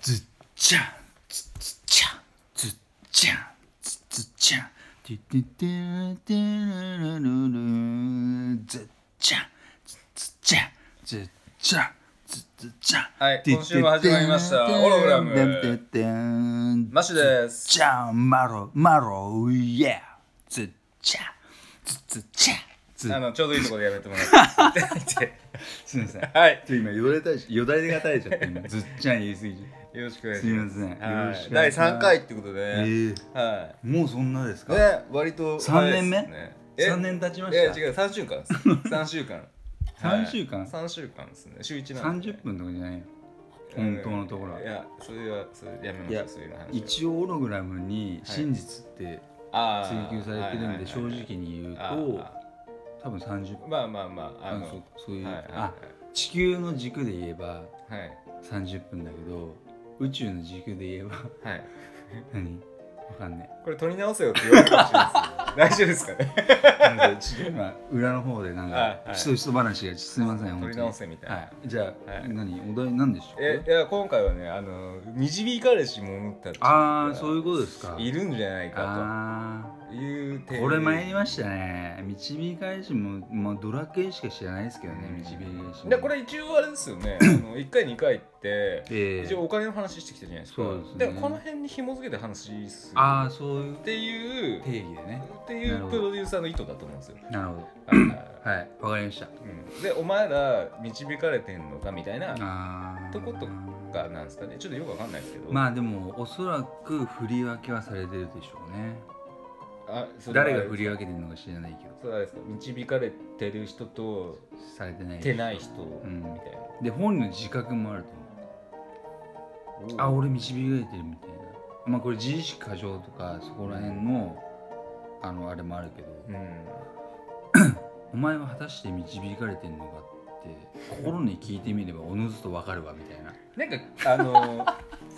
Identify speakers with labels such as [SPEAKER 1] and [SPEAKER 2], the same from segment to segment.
[SPEAKER 1] ずっちゃんずっちゃんずっちゃんずっちゃんてててらてららららずっちゃんずっちゃんずっちゃんずっちゃん
[SPEAKER 2] はい今週も始まりましたホログラムマッシュです
[SPEAKER 1] じゃんマロマロイエーずっちゃんずっちゃんず
[SPEAKER 2] あのちょうどいいところでやめてもらって
[SPEAKER 1] すみません
[SPEAKER 2] はい
[SPEAKER 1] 今よれたしよだれが垂れちゃって今ずっちゃん言いすぎて
[SPEAKER 2] よろしくお願い
[SPEAKER 1] す
[SPEAKER 2] し
[SPEAKER 1] み
[SPEAKER 2] ま
[SPEAKER 1] ますせんよろし
[SPEAKER 2] は
[SPEAKER 1] くお
[SPEAKER 2] い
[SPEAKER 1] 願
[SPEAKER 2] 第
[SPEAKER 1] いします
[SPEAKER 2] 3回ってことで
[SPEAKER 1] え
[SPEAKER 2] ね
[SPEAKER 1] ー
[SPEAKER 2] は
[SPEAKER 1] もうそんなです
[SPEAKER 2] い
[SPEAKER 1] か
[SPEAKER 2] ね割と
[SPEAKER 1] 三年目
[SPEAKER 2] 早いですねえ
[SPEAKER 1] 3年経ちま
[SPEAKER 2] いや
[SPEAKER 1] した
[SPEAKER 2] 違う3週間です 3週間
[SPEAKER 1] 三週間
[SPEAKER 2] 3週間ですね週1なんで
[SPEAKER 1] 30分とかじゃないよ
[SPEAKER 2] うん
[SPEAKER 1] 本当のところはい
[SPEAKER 2] やそれはそれやめま
[SPEAKER 1] い
[SPEAKER 2] しょ
[SPEAKER 1] や
[SPEAKER 2] うそういうの話は
[SPEAKER 1] 一応オログラムに真実って
[SPEAKER 2] あ
[SPEAKER 1] 追
[SPEAKER 2] ー
[SPEAKER 1] 求されてるんで正
[SPEAKER 2] はいはいはい
[SPEAKER 1] 直に言う
[SPEAKER 2] あー
[SPEAKER 1] と多分30
[SPEAKER 2] あーまあまあまああ
[SPEAKER 1] 分
[SPEAKER 2] の
[SPEAKER 1] そうそういう
[SPEAKER 2] はいはい
[SPEAKER 1] あ地球の軸で言えば
[SPEAKER 2] はい
[SPEAKER 1] 30分だけど宇宙の軸で言えば
[SPEAKER 2] はい
[SPEAKER 1] 何わかんない
[SPEAKER 2] これ取り直せよって言われるかもしれない ですよ大丈夫ですかね
[SPEAKER 1] なんかちょっと今裏の方でなん
[SPEAKER 2] はいは
[SPEAKER 1] か
[SPEAKER 2] い
[SPEAKER 1] ひそひそ話がすみません本当
[SPEAKER 2] 取
[SPEAKER 1] に
[SPEAKER 2] り直せみたいな、
[SPEAKER 1] はいじゃ
[SPEAKER 2] は
[SPEAKER 1] あ
[SPEAKER 2] い
[SPEAKER 1] 何お題何でしょ
[SPEAKER 2] え
[SPEAKER 1] う
[SPEAKER 2] いや今回はねあの導かれし者たち
[SPEAKER 1] ああそういううことですか
[SPEAKER 2] いるんじゃないか
[SPEAKER 1] ああ
[SPEAKER 2] という点
[SPEAKER 1] これ参りましたね導かれしも、まあ、ドラ系しか知らないですけどね
[SPEAKER 2] うん
[SPEAKER 1] 導かれしも
[SPEAKER 2] でこれ一応あれです よねあの1回2回って
[SPEAKER 1] え
[SPEAKER 2] 一
[SPEAKER 1] え
[SPEAKER 2] 応お金の話してきたじゃないですか
[SPEAKER 1] そうですね
[SPEAKER 2] だからこの辺に紐付けて話する
[SPEAKER 1] ああそういう
[SPEAKER 2] っていうっ
[SPEAKER 1] 定義でね
[SPEAKER 2] てい
[SPEAKER 1] なる
[SPEAKER 2] う
[SPEAKER 1] ほど
[SPEAKER 2] プロデューサーの意図だと思うんですよ。
[SPEAKER 1] なるほ
[SPEAKER 2] はいはい
[SPEAKER 1] どはいわかりました
[SPEAKER 2] うん、でお前ら導かれてんのかみたいな
[SPEAKER 1] ああ
[SPEAKER 2] とことがなんですかねちょっとよくわかんないですけど、
[SPEAKER 1] まあでもおそらく振り分けはされてるでしょうね
[SPEAKER 2] あそれは
[SPEAKER 1] 誰が振り分けてるのか知らないけど
[SPEAKER 2] そうですか導かれてる人と
[SPEAKER 1] されてない
[SPEAKER 2] てない人
[SPEAKER 1] ん
[SPEAKER 2] みたいな、
[SPEAKER 1] で本人の自覚もあると思うあ俺導かれてるみたいなまあこれ自意識過剰とかそこら辺のあのあれもあるけど、
[SPEAKER 2] うん
[SPEAKER 1] お前は果たして導かれてんのかって心に聞いてみればおのずとわかるわみたいな
[SPEAKER 2] なんかあ の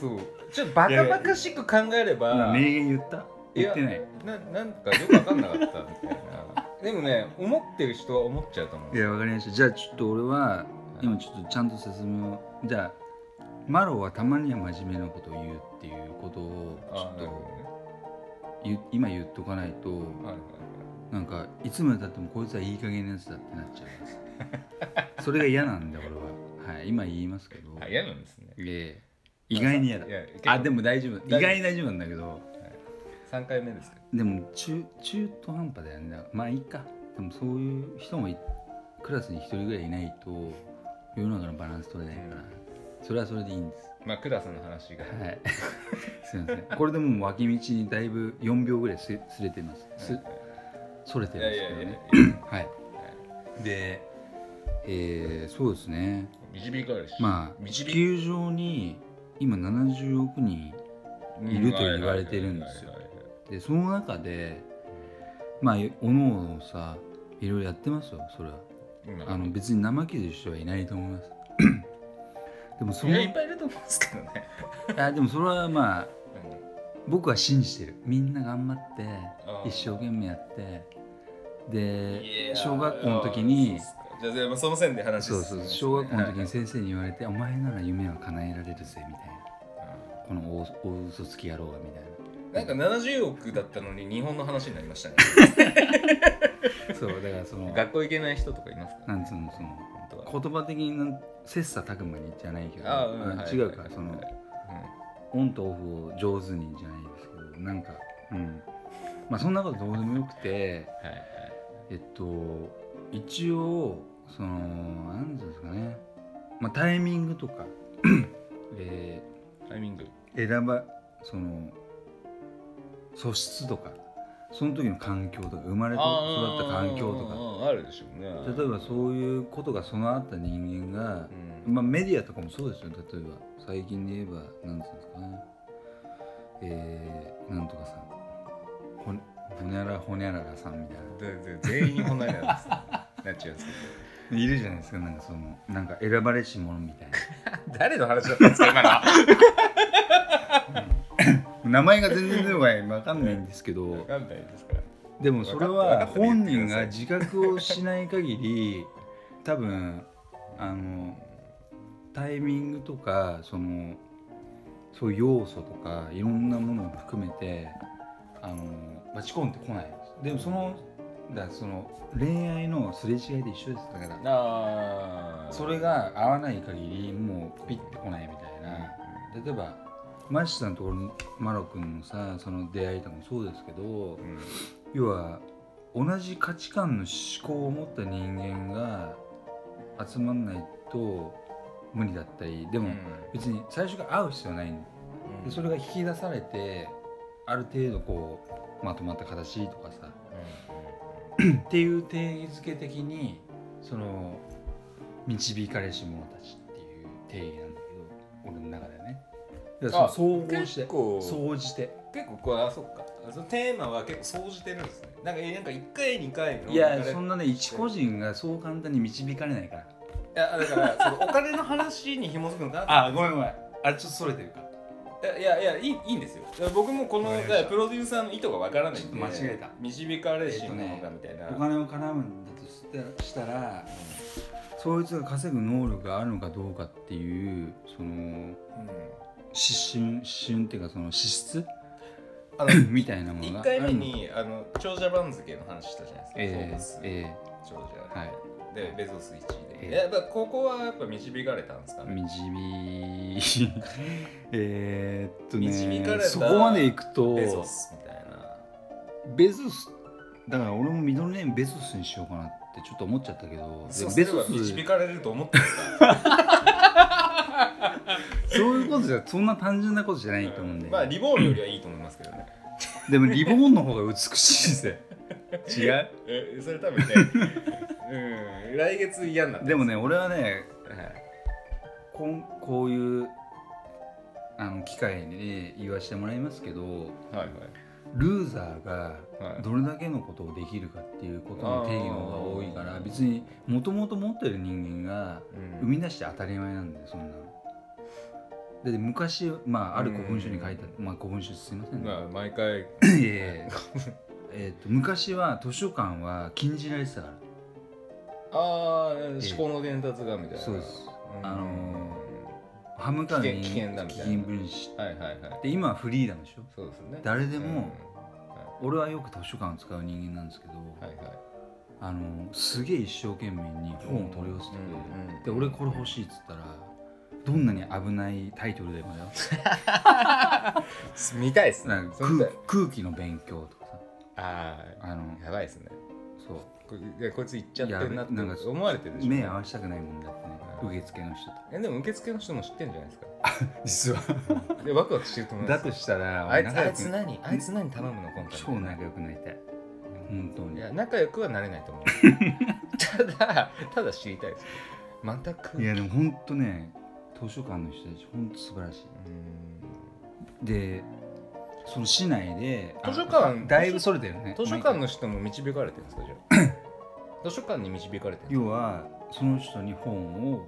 [SPEAKER 2] そうちょっとバカバカしく考えれば
[SPEAKER 1] 今名言言った言ってない
[SPEAKER 2] ななんかよくわかんなかったみたいな でもね思ってる人は思っちゃうと思うん
[SPEAKER 1] い
[SPEAKER 2] ですよ
[SPEAKER 1] やわかりましたじゃあちょっと俺は今ちょっとちゃんと説明をじゃあマロはたまには真面目なことを言うっていうことをちょ
[SPEAKER 2] あ
[SPEAKER 1] っ
[SPEAKER 2] なる
[SPEAKER 1] と
[SPEAKER 2] ほ
[SPEAKER 1] 言う今言っとかないと
[SPEAKER 2] どねはいはい
[SPEAKER 1] なんかいつまでたってもこいつはいい加減なやつだってなっちゃ うんですそれが嫌なんだ俺ははい今言いますけど
[SPEAKER 2] はいあ嫌なんですね
[SPEAKER 1] ええ意外に嫌だ
[SPEAKER 2] いや結構
[SPEAKER 1] あでも大丈夫意
[SPEAKER 2] 大丈夫
[SPEAKER 1] 外に大丈夫なんだけど
[SPEAKER 2] 3回目ですけど
[SPEAKER 1] でも中中途半端だよねだからまあいいかでもそういう人もいクラスに一人ぐらいいないと世の中のバランス取れないから、それはそれでいいんです
[SPEAKER 2] まあクラスの話が
[SPEAKER 1] はい すいませんこれでもう脇道にだいぶ4秒ぐらいすすれてますすそれて
[SPEAKER 2] い
[SPEAKER 1] るん
[SPEAKER 2] や
[SPEAKER 1] で
[SPEAKER 2] い
[SPEAKER 1] す
[SPEAKER 2] や
[SPEAKER 1] けど
[SPEAKER 2] いやいや
[SPEAKER 1] ねはい
[SPEAKER 2] で
[SPEAKER 1] えー、そうですね
[SPEAKER 2] 導かれるし
[SPEAKER 1] まあ
[SPEAKER 2] 導
[SPEAKER 1] 地
[SPEAKER 2] き
[SPEAKER 1] 球上に今70億人いると言われてるんですよ
[SPEAKER 2] はいはいはいはい
[SPEAKER 1] でその中でまあおのおのさいろいろやってますよそれは
[SPEAKER 2] うん
[SPEAKER 1] あの別に怠けてる人はいないと思い ますでもそ
[SPEAKER 2] い
[SPEAKER 1] の
[SPEAKER 2] やいっ
[SPEAKER 1] い
[SPEAKER 2] ぱいいると思うんですけどね、
[SPEAKER 1] やでもそれはまあ
[SPEAKER 2] うん
[SPEAKER 1] 僕は信じてるみんな頑張って
[SPEAKER 2] あー
[SPEAKER 1] 一生懸命やって
[SPEAKER 2] い
[SPEAKER 1] で
[SPEAKER 2] やー
[SPEAKER 1] 小学校の時に
[SPEAKER 2] あーそうっすかじゃあじゃあその線で話
[SPEAKER 1] そうそう小学校の時に先生に言われて「お前なら夢は叶えられるぜ」みたいなこの大大嘘つき野郎がみたい
[SPEAKER 2] なんか70億だったのに日本の話になりましたね
[SPEAKER 1] なそうだからそ の
[SPEAKER 2] 学校行けない人とかいますか
[SPEAKER 1] なんつうのその
[SPEAKER 2] 本当は
[SPEAKER 1] 言葉的になん切磋琢磨にじゃないけど
[SPEAKER 2] あーうん
[SPEAKER 1] うん
[SPEAKER 2] はい
[SPEAKER 1] 違うからその
[SPEAKER 2] はい
[SPEAKER 1] オンとオフを上手にじゃないですけどなんかうんまあそんなことどうでもよくて
[SPEAKER 2] はいはい
[SPEAKER 1] えっと一応そのなんていうんですかね、まあ、タイミングとか え
[SPEAKER 2] タイミング
[SPEAKER 1] ー選ばその素質とかその時の環境とか生まれて
[SPEAKER 2] あ
[SPEAKER 1] 育った環境と
[SPEAKER 2] ー
[SPEAKER 1] か
[SPEAKER 2] うんうんあるでしょうね
[SPEAKER 1] 例えばそういうことが備わった人間が
[SPEAKER 2] う、ん
[SPEAKER 1] まあ、メディアとかもそうですよ例えば最近で言えばなんていうんですかねえー、なんとかさんほほにゃらほにゃららさんみたいな
[SPEAKER 2] でで全員こんなになるんですよなっちゃうんです け
[SPEAKER 1] いるじゃないですかなんかそのなんか選ばれし者みたい
[SPEAKER 2] ど誰の話だったんですか今の
[SPEAKER 1] な名前が全然出るわ分かんないんですけ
[SPEAKER 2] わ
[SPEAKER 1] ど
[SPEAKER 2] かんないですから。
[SPEAKER 1] でもそれ
[SPEAKER 2] わか
[SPEAKER 1] は
[SPEAKER 2] ったわかった
[SPEAKER 1] 本人が自覚をしない限り多分あのタイミングとかそのそういう要素とかいろんなものを含めてあのバチコンってこないでもそのだからその恋愛のすれ違いで一緒ですだから
[SPEAKER 2] あー
[SPEAKER 1] それが合わない限りもうピッてこないみたいな例えばマシさんのところのマロ君のさその出会いとかもそうですけど
[SPEAKER 2] うん
[SPEAKER 1] 要は同じ価値観の思考を持った人間が集まんないと無理だったりで
[SPEAKER 2] う
[SPEAKER 1] も、
[SPEAKER 2] ん
[SPEAKER 1] 別に最初から会う必要ないんでそれが引き出されてある程度こうまとまった形とかさっていう定義づけ的にその導かれし者たちっていう定義なんだけど俺の中ではねだから
[SPEAKER 2] あ
[SPEAKER 1] その総合して
[SPEAKER 2] 結構
[SPEAKER 1] 総じて
[SPEAKER 2] 結構これあそっかそのテーマは結構総じてるんですねなんかえなんか1回2回の
[SPEAKER 1] い
[SPEAKER 2] なん
[SPEAKER 1] や
[SPEAKER 2] かね
[SPEAKER 1] そんなね一個人がそう簡単に導かれないから
[SPEAKER 2] いやだからそのお金の話に紐づくのかな
[SPEAKER 1] あごめんごめんあれちょっとそれてるか
[SPEAKER 2] いやいやいいいいんですよいや僕もこの
[SPEAKER 1] わかりました
[SPEAKER 2] だからプロデューサーの意図がわからないんで
[SPEAKER 1] ちょっと間違えた
[SPEAKER 2] 導かれし者
[SPEAKER 1] えっと
[SPEAKER 2] が
[SPEAKER 1] ね
[SPEAKER 2] みたいな、
[SPEAKER 1] お金を絡むんだとしたしたらそいつが稼ぐ能力があるのかどうかっていうその指針指針っていうかその資質
[SPEAKER 2] あの
[SPEAKER 1] みたいなものが
[SPEAKER 2] 1回目にあの長者番付の話したじゃない
[SPEAKER 1] え
[SPEAKER 2] ですか、
[SPEAKER 1] ー、え
[SPEAKER 2] フォーブス長
[SPEAKER 1] ー、
[SPEAKER 2] 者、
[SPEAKER 1] はい
[SPEAKER 2] でベゾス1位で、
[SPEAKER 1] ええ
[SPEAKER 2] やっぱここはやっぱ導かれたんですかね、
[SPEAKER 1] 導いえーっとね
[SPEAKER 2] 導かれた
[SPEAKER 1] そこまで行くと
[SPEAKER 2] ベゾスみたいな
[SPEAKER 1] ベゾスだから俺もミドルネームベゾスにしようかなってちょっと思っちゃったけどで
[SPEAKER 2] そう
[SPEAKER 1] も
[SPEAKER 2] す
[SPEAKER 1] ベ
[SPEAKER 2] れば
[SPEAKER 1] ゾス
[SPEAKER 2] 導かれると思って
[SPEAKER 1] そういうことじゃそんな単純なことじゃ ないと思うんで、
[SPEAKER 2] まあリボーンよりはいいと思いますけどね
[SPEAKER 1] でもリボンの方が美しい ぜ違う
[SPEAKER 2] えそれ多分 ねうん来月嫌になって
[SPEAKER 1] でも
[SPEAKER 2] ね、
[SPEAKER 1] ね俺はね
[SPEAKER 2] はい
[SPEAKER 1] こんこういうあの機会に言わせてもらいますけど
[SPEAKER 2] はい
[SPEAKER 1] ルーザーが
[SPEAKER 2] はいはい
[SPEAKER 1] どれだけのことをできるかっていうことの定義の方が多いか
[SPEAKER 2] あ
[SPEAKER 1] ら
[SPEAKER 2] ー
[SPEAKER 1] 別にもともと持ってる人間が
[SPEAKER 2] うん
[SPEAKER 1] 生み出して当たり前なんだよそんなの。だって昔、まあ、ある古文書に書いてあまあ古文書すいませんね。
[SPEAKER 2] まあ毎回
[SPEAKER 1] いえいええーと昔は図書館は禁じられてたか
[SPEAKER 2] ああ思考の伝達がみたいな、
[SPEAKER 1] そうです
[SPEAKER 2] ん
[SPEAKER 1] あのら歯向かうに
[SPEAKER 2] 危険危険だみたいな
[SPEAKER 1] 危険分子
[SPEAKER 2] はいはいはい
[SPEAKER 1] で今はフリーダムでしょ
[SPEAKER 2] そうですね
[SPEAKER 1] 誰で
[SPEAKER 2] で
[SPEAKER 1] も、俺はよく図書館を使う人間なんですけど、
[SPEAKER 2] はいはい
[SPEAKER 1] あのすげえ一生懸命に本を取り寄せてくれる、
[SPEAKER 2] うんうん
[SPEAKER 1] で俺これ欲しいっつったらどんなに危ないタイトルでも よ
[SPEAKER 2] 見たいですね
[SPEAKER 1] なんか
[SPEAKER 2] そんな
[SPEAKER 1] 空空気の勉強とかさ
[SPEAKER 2] あ
[SPEAKER 1] あの
[SPEAKER 2] あやばいですね
[SPEAKER 1] そう
[SPEAKER 2] こいやこいつ行っちゃってるなって
[SPEAKER 1] やべなんか
[SPEAKER 2] 思われてるでしょ
[SPEAKER 1] 目合わせたくないもんだってね
[SPEAKER 2] うん
[SPEAKER 1] 受付の人と
[SPEAKER 2] えでも受付の人も知ってるんじゃないですか
[SPEAKER 1] 実は
[SPEAKER 2] でワクワクしてると思いま
[SPEAKER 1] だ
[SPEAKER 2] す
[SPEAKER 1] としたら
[SPEAKER 2] あいつ
[SPEAKER 1] 仲
[SPEAKER 2] あ
[SPEAKER 1] 良
[SPEAKER 2] い
[SPEAKER 1] く
[SPEAKER 2] つ何あいつ何頼むの今回
[SPEAKER 1] 超仲良くなりたい本当
[SPEAKER 2] い
[SPEAKER 1] に
[SPEAKER 2] や仲良くはなれないと思う ただただ知りたいです全く
[SPEAKER 1] いやでも本当ね図書館の人たち本当素晴らし
[SPEAKER 2] うーん
[SPEAKER 1] いでその市内であ
[SPEAKER 2] 図書館
[SPEAKER 1] だいぶそれてるね
[SPEAKER 2] 図書館の人も導かれてるんですかじゃあ図書館に導かれてるんですか
[SPEAKER 1] 要はその人に本を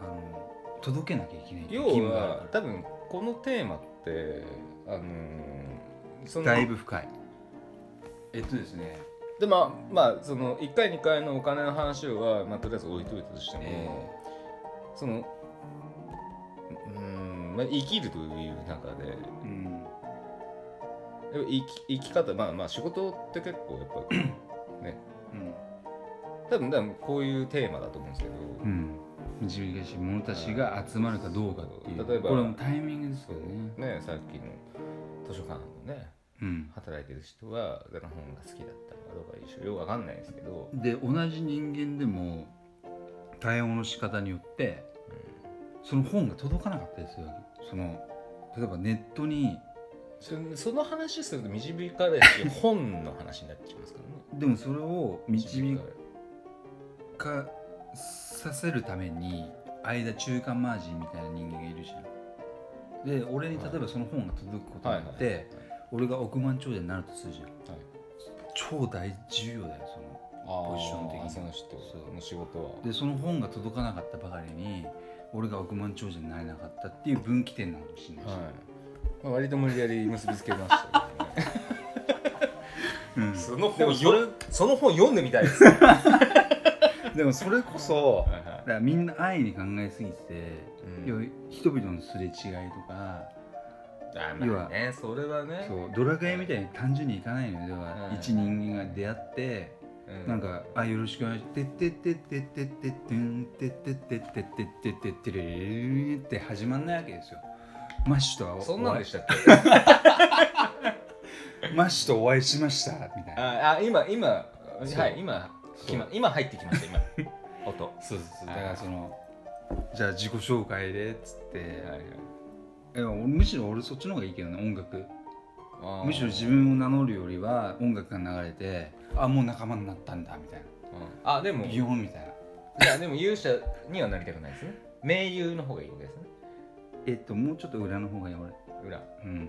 [SPEAKER 1] あの届けなきゃいけない
[SPEAKER 2] 要
[SPEAKER 1] 義務がある
[SPEAKER 2] は多分このテーマってあのーそ
[SPEAKER 1] から
[SPEAKER 2] の
[SPEAKER 1] だいぶ深いえっとですね
[SPEAKER 2] でまあまあその1回2回のお金の話は、まあ、とりあえず置いといたとしても、
[SPEAKER 1] え
[SPEAKER 2] そのうーん、まあ、生きるという中で
[SPEAKER 1] ーうん
[SPEAKER 2] やっぱ生き生き方まあまあ仕事って結構やっぱり こうね
[SPEAKER 1] うん
[SPEAKER 2] 多分多分こういうテーマだと思うんですけど、
[SPEAKER 1] うん導かし者たちが集まるかどうかっていう
[SPEAKER 2] 例えば
[SPEAKER 1] これもタイミングです
[SPEAKER 2] そ
[SPEAKER 1] よ
[SPEAKER 2] う
[SPEAKER 1] ね
[SPEAKER 2] ねさっきの図書館のね
[SPEAKER 1] うん
[SPEAKER 2] 働いてる人はだから本が好きだったのかどうか一緒よくわかんないですけど、
[SPEAKER 1] で同じ人間でも対応の仕方によってその本が届かなかったりするわけその例えばネットに
[SPEAKER 2] そその話すると導かれし本の話になっちゃいますからね
[SPEAKER 1] でもそれを導
[SPEAKER 2] かれ
[SPEAKER 1] かさせるために間中間マージンみたいな人間がいるじゃんで俺に例えばその本が届くことに
[SPEAKER 2] はい
[SPEAKER 1] よ
[SPEAKER 2] はい
[SPEAKER 1] って、俺が億万長者になるとするじゃん
[SPEAKER 2] はい
[SPEAKER 1] 超大重要だよその
[SPEAKER 2] あー
[SPEAKER 1] ポジション的に
[SPEAKER 2] その人
[SPEAKER 1] そう
[SPEAKER 2] の仕事は
[SPEAKER 1] でその本が届かなかったばかりに俺が億万長者になれなかったっていう分岐点なのかもしれないし、
[SPEAKER 2] い、まあ、割と無理やり結びつけましたけどね
[SPEAKER 1] うん
[SPEAKER 2] その本よその本読んでみたいですは
[SPEAKER 1] でもそれこそ
[SPEAKER 2] いはい
[SPEAKER 1] からみんな安易に考えすぎて、
[SPEAKER 2] うん
[SPEAKER 1] 要は人々のすれ違いとか、
[SPEAKER 2] あ
[SPEAKER 1] 要
[SPEAKER 2] まあ
[SPEAKER 1] は
[SPEAKER 2] ねそれはね
[SPEAKER 1] そうドラクエみたいに単純にいかないのよでは、
[SPEAKER 2] うん
[SPEAKER 1] 一人間が出会って、
[SPEAKER 2] うん
[SPEAKER 1] なんか「あよろしくお願いします」てってってってってってってんてってってってってってってってれーって始まんないわけですよ。マッシュとはお
[SPEAKER 2] そんなん
[SPEAKER 1] お会
[SPEAKER 2] で
[SPEAKER 1] い
[SPEAKER 2] したっけ
[SPEAKER 1] マッシュとお会いしましたみたいな。
[SPEAKER 2] ああ今今
[SPEAKER 1] そう
[SPEAKER 2] はい今
[SPEAKER 1] そう
[SPEAKER 2] きま今入ってきました今 音
[SPEAKER 1] そうそうそうだからそのじゃあ自己紹介でっつって、
[SPEAKER 2] はいはい
[SPEAKER 1] いやむしろ俺そっちの方がいいけどね音楽
[SPEAKER 2] あー
[SPEAKER 1] むしろ自分を名乗るよりは音楽が流れてあもう仲間になったんだみたい
[SPEAKER 2] うんあで
[SPEAKER 1] な
[SPEAKER 2] も
[SPEAKER 1] いビヨーンみたいな
[SPEAKER 2] やでも勇者にはなりたくないですね盟友の方がいいわけですね
[SPEAKER 1] えっともうちょっと裏の方がいい俺
[SPEAKER 2] 裏、うん
[SPEAKER 1] うん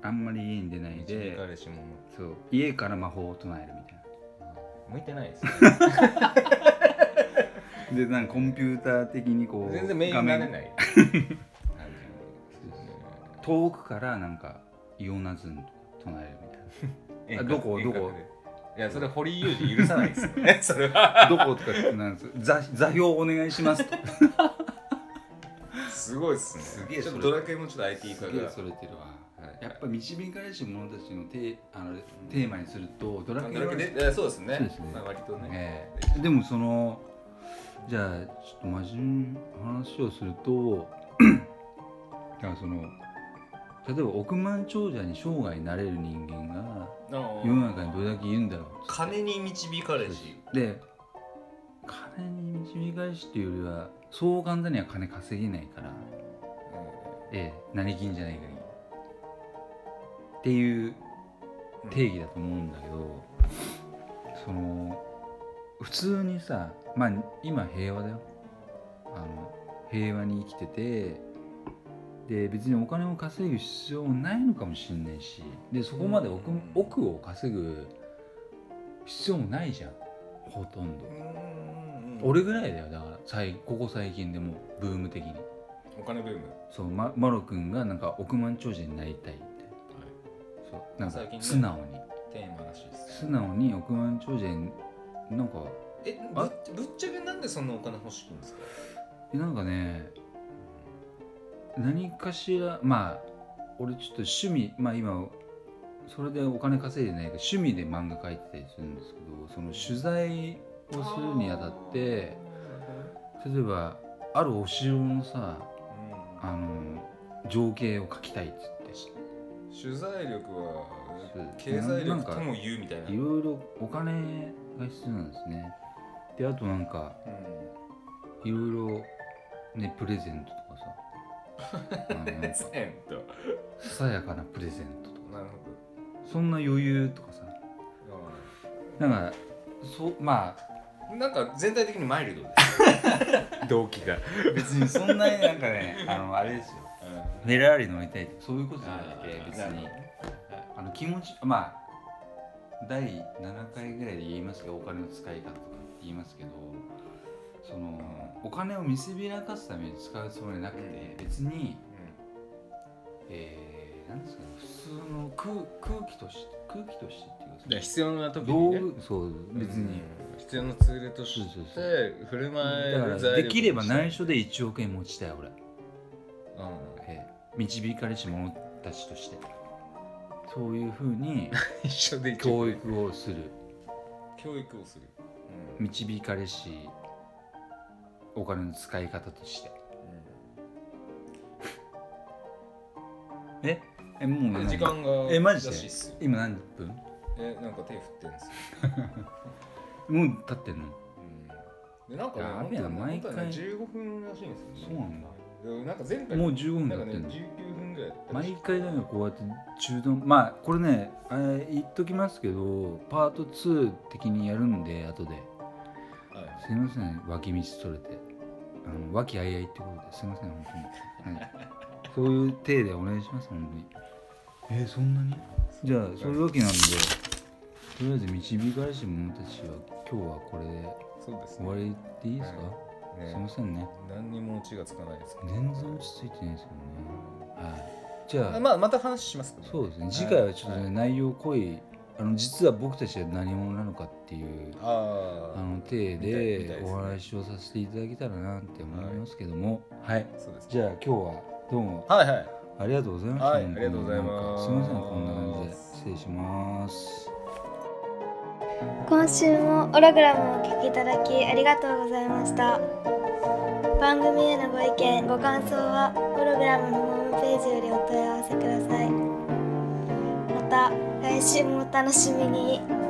[SPEAKER 1] あんまり家に出ない
[SPEAKER 2] 導
[SPEAKER 1] で
[SPEAKER 2] かれし者
[SPEAKER 1] そう家から魔法を唱えるみたい
[SPEAKER 2] 向いてないですね
[SPEAKER 1] なでなんかコンピューター的にこう
[SPEAKER 2] 全然盟友
[SPEAKER 1] 画
[SPEAKER 2] になれ
[SPEAKER 1] 面
[SPEAKER 2] ない はい
[SPEAKER 1] 遠くからなんかイオナズンとか唱えるみたいな
[SPEAKER 2] 遠
[SPEAKER 1] あ
[SPEAKER 2] 隔
[SPEAKER 1] どこ
[SPEAKER 2] 遠隔
[SPEAKER 1] どこ
[SPEAKER 2] でいやそれ堀井雄二許さないですよ ねそれは
[SPEAKER 1] どことかってなんです座座標お願いしますとか
[SPEAKER 2] すごいっすね
[SPEAKER 1] すげえ
[SPEAKER 2] ちょっと
[SPEAKER 1] それ
[SPEAKER 2] ドラクエもちょっと IT 化
[SPEAKER 1] す
[SPEAKER 2] が
[SPEAKER 1] げえそれてるわ
[SPEAKER 2] はい
[SPEAKER 1] やっぱ導かれし者たちのテあのテーマにするとドラ
[SPEAKER 2] まあ
[SPEAKER 1] ク
[SPEAKER 2] ド
[SPEAKER 1] エ
[SPEAKER 2] ラ
[SPEAKER 1] は
[SPEAKER 2] クエでえそうですね
[SPEAKER 1] そうですね
[SPEAKER 2] まあ、割とね、
[SPEAKER 1] ええでもそのじゃあちょっと真面目な話をすると だからその例えば億万長者に生涯なれる人間が世の中にどれだけいるんだろうっつって
[SPEAKER 2] 金に導かれし
[SPEAKER 1] で金に導かれしっていうよりはそう簡単には金稼げないから、ええ、何金じゃない限りっていう定義だと思うんだけど、その普通にさまあ今平和だよあの平和に生きててで別にお金を稼ぐ必要もないのかもしれないしでそこまで奥,、
[SPEAKER 2] うん
[SPEAKER 1] 奥を稼ぐ必要もないじゃんほとんど、俺ぐらいだよだから最ここ最近でもうブーム的に
[SPEAKER 2] お金ブーム
[SPEAKER 1] そう、ま、マロ君がなんか億万長者になりたいってそうなんか
[SPEAKER 2] 最近ね
[SPEAKER 1] 素直に、
[SPEAKER 2] テーマらしいです
[SPEAKER 1] 素直に億万長者になんか
[SPEAKER 2] え
[SPEAKER 1] あ
[SPEAKER 2] ぶぶっちゃけなんでそんなお金欲しいんですか
[SPEAKER 1] えなんかね何かしらまあ俺ちょっと趣味まあ今それでお金稼いでないけど趣味で漫画描いてたりするんですけどその取材をするにあたって例えばあるお城のさあの情景を描きたいっつっ
[SPEAKER 2] 取材力は
[SPEAKER 1] そう
[SPEAKER 2] 経
[SPEAKER 1] な
[SPEAKER 2] 済
[SPEAKER 1] な
[SPEAKER 2] 力
[SPEAKER 1] んか
[SPEAKER 2] とも言うみたいな
[SPEAKER 1] ていろいろお金が必要なんですねであとなんか
[SPEAKER 2] う
[SPEAKER 1] いろいろねプレゼント とかさあの
[SPEAKER 2] ん
[SPEAKER 1] なんかさ
[SPEAKER 2] えっと
[SPEAKER 1] さやかなプレゼントとか
[SPEAKER 2] なる
[SPEAKER 1] そんな余裕とかさ
[SPEAKER 2] ほど
[SPEAKER 1] なんかそうま
[SPEAKER 2] うんなんか全体的にマイルドで す動機が
[SPEAKER 1] あ別にそんなになんかね あのあれですよフェラーリ乗りたいとかそういうことじゃなくて別にあの気持ちまあ第7回ぐらいで言いますけどお金の使い方とか言いますけどそのお金を見せびらかすために使うつもりなくて別にえー、なんですかね普通の空空気として空気としてっていうか
[SPEAKER 2] 必要な時
[SPEAKER 1] 道具そう別に、
[SPEAKER 2] うん必要なツールとし
[SPEAKER 1] そうそうそ
[SPEAKER 2] て振る舞え
[SPEAKER 1] だから
[SPEAKER 2] る材料
[SPEAKER 1] できれば内
[SPEAKER 2] 緒
[SPEAKER 1] 緒で1億円持ちたい俺、
[SPEAKER 2] うん
[SPEAKER 1] えー導かれし者たちとしてそういうふう に
[SPEAKER 2] 一緒で一応
[SPEAKER 1] 教育をする
[SPEAKER 2] 教育をするうん
[SPEAKER 1] 導かれしお金の使い方としてええもう
[SPEAKER 2] で
[SPEAKER 1] 何
[SPEAKER 2] 時間が
[SPEAKER 1] えマジで
[SPEAKER 2] らしいっすよ
[SPEAKER 1] 今何分
[SPEAKER 2] えなんか手振ってんですよ
[SPEAKER 1] もう経ってんの
[SPEAKER 2] うんでなんかね
[SPEAKER 1] や
[SPEAKER 2] 本
[SPEAKER 1] べえ
[SPEAKER 2] 当はね
[SPEAKER 1] 毎回
[SPEAKER 2] 本当はね15分らしいんですよ
[SPEAKER 1] そうなんだ
[SPEAKER 2] だなんか前回
[SPEAKER 1] もう15分
[SPEAKER 2] なん
[SPEAKER 1] 経
[SPEAKER 2] か
[SPEAKER 1] っ
[SPEAKER 2] ね
[SPEAKER 1] てんの
[SPEAKER 2] 19分ぐらいだったらしい
[SPEAKER 1] 毎回なんかこうやって中断まあこれねあれ言っときますけどパート2的にやるんで後で
[SPEAKER 2] はい
[SPEAKER 1] すいません脇道それてあの和気あいあいってことですいません本当に、はい、そういう体でお願いします本当にえー、そんなにじゃあそういうわけなんでとりあえず導かれし者たちは今日はこれで
[SPEAKER 2] そうです
[SPEAKER 1] 終
[SPEAKER 2] ね
[SPEAKER 1] わりでいいですか、
[SPEAKER 2] ね
[SPEAKER 1] すいませんね
[SPEAKER 2] 何にもオチがつかないですけど
[SPEAKER 1] 全然落ち着いてないですけどねはいじゃあ
[SPEAKER 2] あまあまた話しますけどね
[SPEAKER 1] そうですね次回はちょっとね、
[SPEAKER 2] はい
[SPEAKER 1] 内容濃いあの実は僕たちは何者なのかっていうあ
[SPEAKER 2] あ
[SPEAKER 1] の体
[SPEAKER 2] みたいみたいで
[SPEAKER 1] です
[SPEAKER 2] ね
[SPEAKER 1] お話をさせていただけたらなって思いますけどもはい、
[SPEAKER 2] あそうですね
[SPEAKER 1] じゃあ今日はどうも
[SPEAKER 2] はいはい
[SPEAKER 1] ありがとうございました、
[SPEAKER 2] はい
[SPEAKER 1] 本当
[SPEAKER 2] ありがとうござい
[SPEAKER 1] な
[SPEAKER 2] ま
[SPEAKER 1] んか
[SPEAKER 2] す
[SPEAKER 1] すみませんこんな感じで失礼します
[SPEAKER 3] 今週もオログラムをお聴きいただきありがとうございました番組へのご意見ご感想はオログラムのホームページよりお問い合わせくださいまた来週もお楽しみに